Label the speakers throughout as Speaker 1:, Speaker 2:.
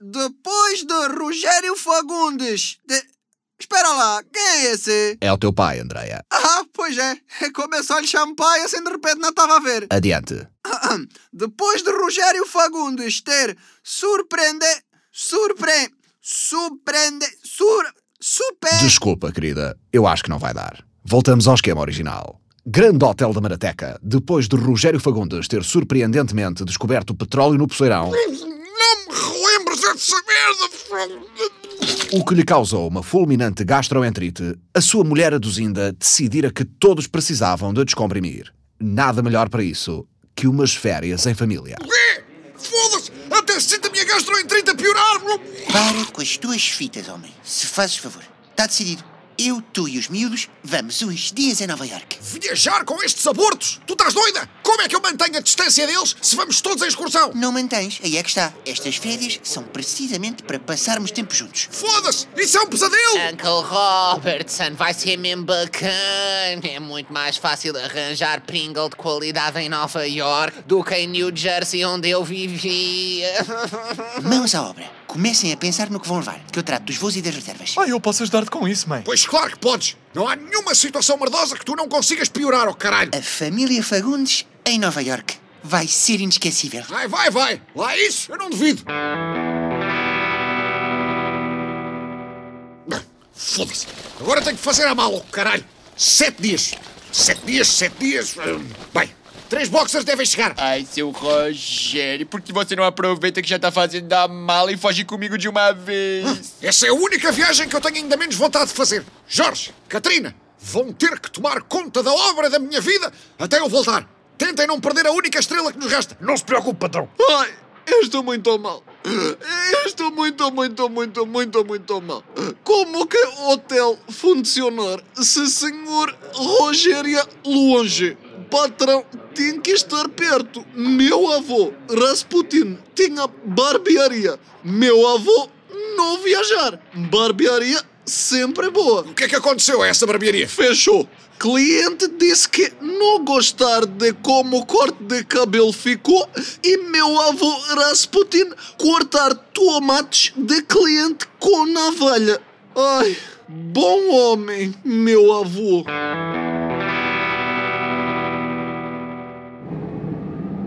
Speaker 1: Depois de Rogério Fagundes. De... Espera lá, quem é esse?
Speaker 2: É o teu pai, Andreia.
Speaker 1: Ah, pois é. Como eu só lhe chamo pai, assim de repente não estava a ver.
Speaker 2: Adiante.
Speaker 1: Ahem. Depois de Rogério Fagundes ter surpreende... Surpre... Surpreende... Sur... Super...
Speaker 2: Desculpa, querida. Eu acho que não vai dar. Voltamos ao esquema original. Grande Hotel da Marateca, depois de Rogério Fagundes ter surpreendentemente descoberto petróleo no Poceirão,
Speaker 3: Não me relembres dessa merda!
Speaker 2: o que lhe causou uma fulminante gastroenterite, a sua mulher aduzinda decidira que todos precisavam de descomprimir. Nada melhor para isso que umas férias em família.
Speaker 3: Quê? Foda-se! Até sinto a minha gastroenterite a piorar!
Speaker 4: Para com as tuas fitas, homem. Se fazes favor, está decidido. Eu, tu e os miúdos vamos uns dias a Nova York.
Speaker 3: Viajar com estes abortos? Tu estás doida? Como é que eu mantenho a distância deles se vamos todos em excursão?
Speaker 4: Não mantens, aí é que está. Estas férias são precisamente para passarmos tempo juntos.
Speaker 3: Foda-se! Isso é um pesadelo!
Speaker 5: Uncle Robertson, vai ser mesmo bacana. É muito mais fácil arranjar Pringle de qualidade em Nova York do que em New Jersey, onde eu vivia.
Speaker 4: Mãos à obra. Comecem a pensar no que vão levar, que eu trato dos voos e das reservas.
Speaker 6: Ah, eu posso ajudar-te com isso, mãe.
Speaker 3: Pois claro que podes! Não há nenhuma situação merdosa que tu não consigas piorar, oh caralho!
Speaker 4: A família Fagundes em Nova York vai ser inesquecível.
Speaker 3: Vai, vai, vai! Lá é isso, eu não duvido! Bem, Foda-se! Agora tenho que fazer a mal, oh caralho! Sete dias! Sete dias, sete dias! Hum, Bem, três boxers devem chegar!
Speaker 7: Ai, seu Rogério, por que você não aproveita que já tá fazendo a mala e foge comigo de uma vez?
Speaker 3: Essa é a única viagem que eu tenho ainda menos vontade de fazer. Jorge, Catarina, vão ter que tomar conta da obra da minha vida até eu voltar. Tentem não perder a única estrela que nos resta. Não se preocupe, patrão.
Speaker 7: Ai, eu estou muito mal. Eu estou muito, muito, muito, muito, muito mal. Como que o hotel funcionar se senhor Rogério longe? Patrão tem que estar perto. Meu avô, Rasputin, tinha barbearia. Meu avô, não viajar. Barbearia sempre boa.
Speaker 3: O que é que aconteceu a essa barbearia?
Speaker 7: Fechou. Cliente disse que não gostar de como o corte de cabelo ficou e meu avô Rasputin cortar tomates de cliente com navalha. Ai, bom homem, meu avô.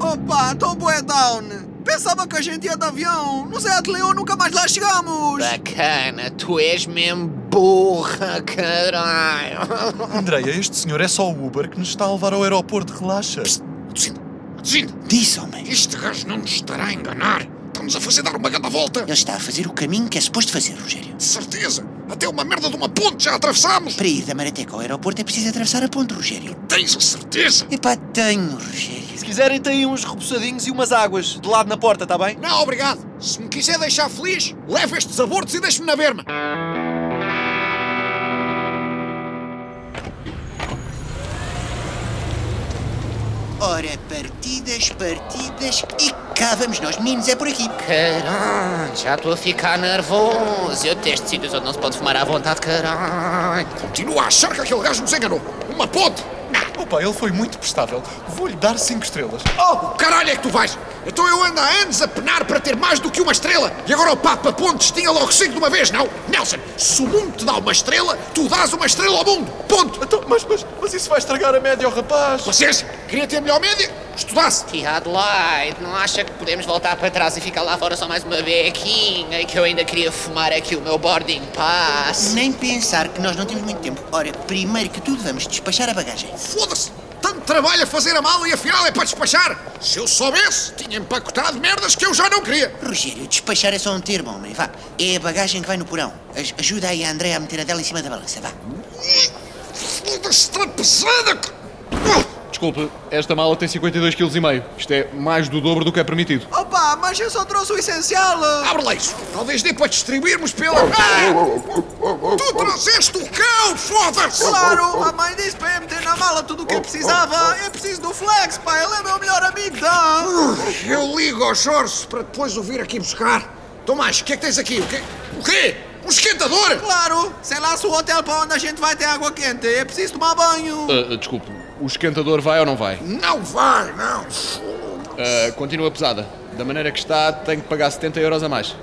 Speaker 1: Opa, tô bué down. Pensava que a gente ia de avião. No Zé de Leão nunca mais lá chegamos.
Speaker 5: Bacana, tu és mesmo burra, caralho.
Speaker 6: Andreia, este senhor é só o Uber que nos está a levar ao aeroporto. Relaxa.
Speaker 3: Aduzindo, aduzindo,
Speaker 4: Diz, homem.
Speaker 3: este gajo não nos estará a enganar. Estamos a fazer dar uma grande volta.
Speaker 4: Ele está a fazer o caminho que é suposto fazer, Rogério.
Speaker 3: De certeza. Até uma merda de uma ponte já atravessámos.
Speaker 4: Para ir da Marateca ao aeroporto é preciso atravessar a ponte, Rogério.
Speaker 3: Tens a certeza?
Speaker 4: Epá, tenho, Rogério.
Speaker 8: Se quiserem, tem uns repousadinhos e umas águas de lado na porta, tá bem?
Speaker 3: Não, obrigado. Se me quiser deixar feliz, leva estes abortos e deixe-me na berma.
Speaker 4: Ora, partidas, partidas e cá vamos nós, meninos, é por aqui.
Speaker 5: Caralho, já estou a ficar nervoso. Eu testo sítios onde não se pode fumar à vontade, caralho.
Speaker 3: Continua a achar que aquele gajo nos enganou. Uma ponte?
Speaker 6: Opa, ele foi muito prestável. Vou-lhe dar cinco estrelas.
Speaker 3: Oh, o caralho é que tu vais? Então eu ando há anos a penar para ter mais do que uma estrela. E agora o Papa Pontes tinha logo cinco de uma vez, não? Nelson, se o mundo te dá uma estrela, tu dás uma estrela ao mundo. Ponto.
Speaker 6: Então, mas, mas, mas isso vai estragar a média ao rapaz.
Speaker 3: Vocês, queria ter melhor média? Estudasse.
Speaker 5: E Adelaide, não acha que podemos voltar para trás e ficar lá fora só mais uma bequinha? Que eu ainda queria fumar aqui o meu boarding pass.
Speaker 4: Nem pensar que nós não temos muito tempo. Ora, primeiro que tudo, vamos despachar a bagagem.
Speaker 3: Foda-se. Tanto trabalho a fazer a mala e afinal é para despachar. Se eu soubesse, tinha empacotado merdas que eu já não queria.
Speaker 4: Rogério, despachar é só um termo, homem, vá. É a bagagem que vai no porão. Aj- ajuda aí a André a meter a dela em cima da balança, vá.
Speaker 3: Foda-se, está pesada. Uh,
Speaker 9: Desculpe, esta mala tem 52,5 kg. Isto é mais do dobro do que é permitido.
Speaker 1: Opa, mas eu só trouxe o essencial.
Speaker 3: Abre lá isso. Talvez dê para distribuirmos pela... Ah! Tu trouxeste o cão, foda-se.
Speaker 1: Claro, a mãe disse para eu meter na mala tudo o que eu precisava. Eu preciso do Flex, pá. Ele é meu melhor amigo, dá.
Speaker 3: Eu ligo ao Jorge para depois o vir aqui buscar. Tomás, o que é que tens aqui? O quê? O quê? Um esquentador?
Speaker 1: Claro, sei lá se o hotel para onde a gente vai tem água quente. Eu preciso tomar banho.
Speaker 9: Ah, ah, desculpe, o esquentador vai ou não vai?
Speaker 3: Não vai, não.
Speaker 9: Ah, continua pesada. Da maneira que está, tenho que pagar 70 euros a mais.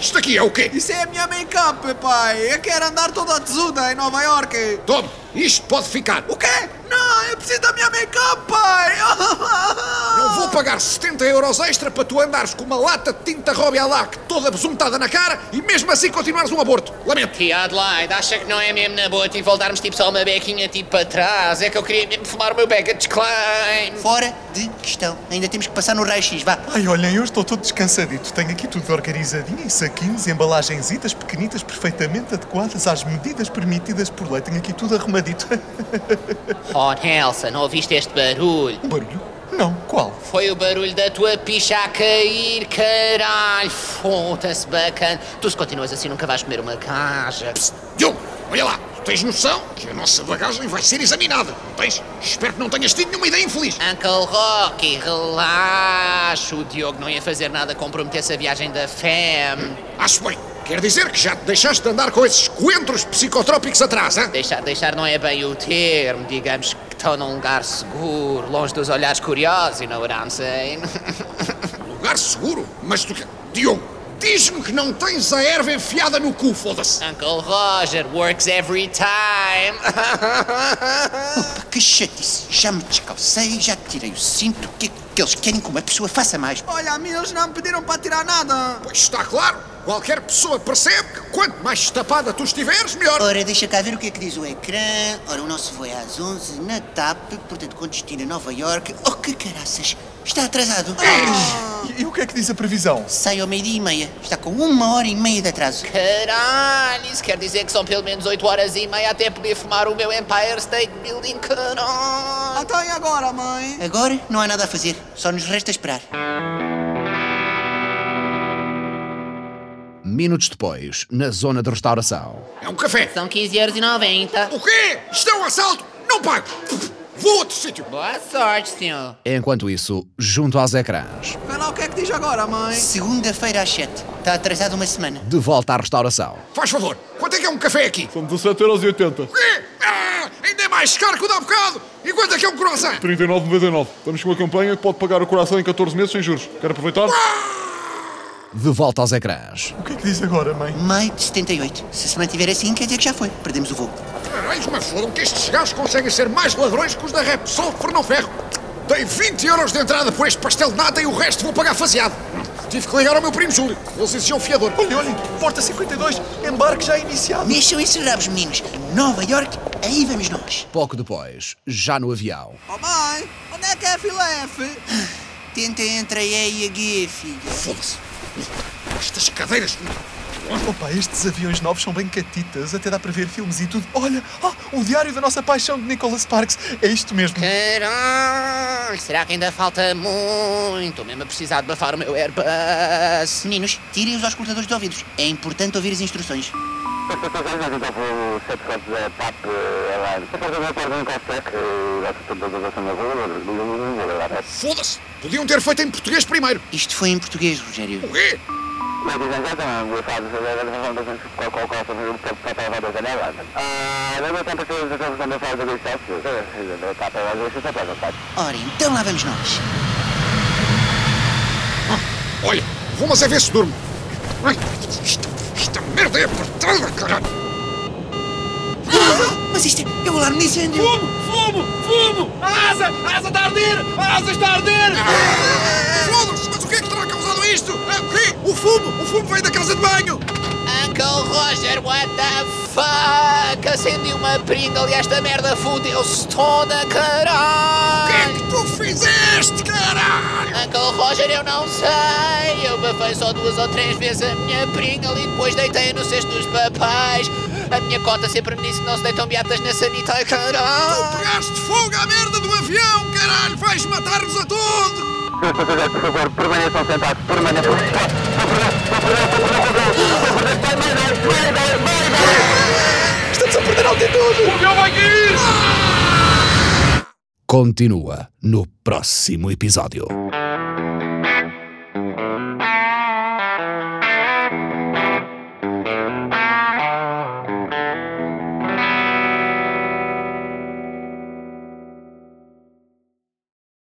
Speaker 3: Isto aqui é o quê?
Speaker 1: Isso é a minha make-up, pai. Eu quero andar toda tesuda em Nova York.
Speaker 3: Tome, isto pode ficar.
Speaker 1: O quê? Não, eu preciso da minha make-up, pai.
Speaker 3: Não vou pagar 70 euros extra para tu andares com uma lata de tinta Robbie Alac toda besuntada na cara e mesmo assim continuares um aborto. Lamento.
Speaker 5: Tia Adelaide, acha que não é mesmo na boa e voltarmos tipo só uma bequinha tipo para trás? É que eu queria mesmo fumar o meu beca de climb.
Speaker 4: Fora de questão. Ainda temos que passar no raio-x, vá.
Speaker 6: Ai, olhem, eu estou todo descansadito. Tenho aqui tudo organizadinho em saquinhos, embalagenzitas pequenitas, perfeitamente adequadas às medidas permitidas por lei. Tenho aqui tudo arrumadito.
Speaker 5: Oh, Nelson, ouviste este barulho?
Speaker 6: Um barulho? Não, qual?
Speaker 5: Foi o barulho da tua picha a cair, caralho. Foda-se, bacana. Tu se continuas assim nunca vais comer uma caja.
Speaker 3: Diogo, olha lá. Tu tens noção que a nossa bagagem vai ser examinada. Não tens? Espero que não tenhas tido nenhuma ideia infeliz.
Speaker 5: Uncle Rocky, relaxa. O Diogo não ia fazer nada comprometer-se a viagem da FEM.
Speaker 3: Acho bem. Quer dizer que já te deixaste de andar com esses coentros psicotrópicos atrás, hein?
Speaker 5: Deixar, deixar não é bem o termo. Digamos que estão num lugar seguro, longe dos olhares curiosos, you know what I'm saying?
Speaker 3: Lugar seguro? Mas tu que... Diogo, diz-me que não tens a erva enfiada no cu, foda-se.
Speaker 5: Uncle Roger works every time.
Speaker 4: Opa, Ah, que chatice. Já me descalcei, já tirei o cinto. O que é que eles querem que uma pessoa faça mais?
Speaker 1: Olha, a mim eles não me pediram para tirar nada.
Speaker 3: Pois está claro. Qualquer pessoa percebe que quanto mais tapada tu estiveres, melhor.
Speaker 4: Ora, deixa cá ver o que é que diz o ecrã. Ora, o nosso voo é às 11 na TAP, portanto, com destino a Nova York. Oh, que caraças! Está atrasado.
Speaker 6: E, e o que é que diz a previsão?
Speaker 4: Sai ao meio-dia e meia. Está com uma hora e meia de atraso.
Speaker 5: Caralho, isso quer dizer que são pelo menos 8 horas e meia até poder fumar o meu Empire State Building. Caralho.
Speaker 1: Então e agora, mãe?
Speaker 4: Agora não há nada a fazer. Só nos resta esperar.
Speaker 2: Minutos depois, na zona de restauração.
Speaker 3: É um café.
Speaker 5: São 15 euros e 90.
Speaker 3: O quê? Isto é um assalto? Não pago. Vou a outro sítio.
Speaker 5: Boa sorte, senhor.
Speaker 2: Enquanto isso, junto aos ecrãs.
Speaker 1: Vê lá o que é que diz agora, mãe.
Speaker 4: Segunda-feira às 7. Está atrasado uma semana.
Speaker 2: De volta à restauração.
Speaker 3: Faz favor, quanto é que é um café aqui?
Speaker 9: São 17,80€.
Speaker 3: O quê? Ah, ainda é mais caro que o de há bocado. E quanto é que é um croissant?
Speaker 9: 39,99. Estamos com uma campanha que pode pagar o coração em 14 meses sem juros. Quer aproveitar?
Speaker 2: De volta aos ecrãs.
Speaker 6: O que é que diz agora, mãe?
Speaker 4: Maio de 78. Se se mantiver assim, quer dizer que já foi. Perdemos o voo.
Speaker 3: Caralho, mas foram que estes gajos conseguem ser mais ladrões que os da Repsol Fernão Ferro. Dei 20 euros de entrada por este pastel de nata e o resto vou pagar faseado. Tive que ligar ao meu primo Júlio. Eles exigiam fiador.
Speaker 6: Olhem, olhem, Porta 52, embarque já iniciado.
Speaker 4: Mexam esses rabos, meninos. Nova York, aí vamos nós.
Speaker 2: Pouco depois, já no avião.
Speaker 1: Oh, mãe, onde é que é a fila F?
Speaker 4: Tenta entre a E e a G, filha.
Speaker 3: Foda-se. Estas cadeiras...
Speaker 6: Opa, estes aviões novos são bem catitas, até dá para ver filmes e tudo. Olha, oh, o Diário da Nossa Paixão de Nicholas Sparks. É isto mesmo.
Speaker 5: Caralho, será que ainda falta muito? Estou mesmo a precisar de bafar o meu Airbus.
Speaker 4: Meninos, tirem os auscultadores de ouvidos. É importante ouvir as instruções.
Speaker 3: Foda-se! Podiam ter feito em português primeiro.
Speaker 4: Isto foi em português, Rogério.
Speaker 3: O quê?
Speaker 4: Ora, então lá vamos nós.
Speaker 3: Olha, vou mas é ver se durmo. Ai, isto- esta merda é apertada, caralho.
Speaker 4: Ah, mas isto é o alarme de incêndio.
Speaker 3: Foda-se, mas o que é que terá causado isto? É o quê? O fumo! O fumo veio da casa de banho!
Speaker 5: Uncle Roger, what the fuck? Acendi uma Pringle e esta merda fudeu-se toda,
Speaker 3: O que é
Speaker 5: caralho.
Speaker 3: que tu fizeste, caralho?
Speaker 5: Uncle Ah, Roger, eu não sei. Eu bafei só duas ou três vezes a minha Pringle e depois deitei no cesto dos papais. A minha cota sempre me disse que não se deitam beatas na sanita,
Speaker 3: Tu
Speaker 5: caralho.
Speaker 3: pegaste fogo à merda do avião, caralho! Vais matar-nos a todos!
Speaker 2: Continua no próximo episódio.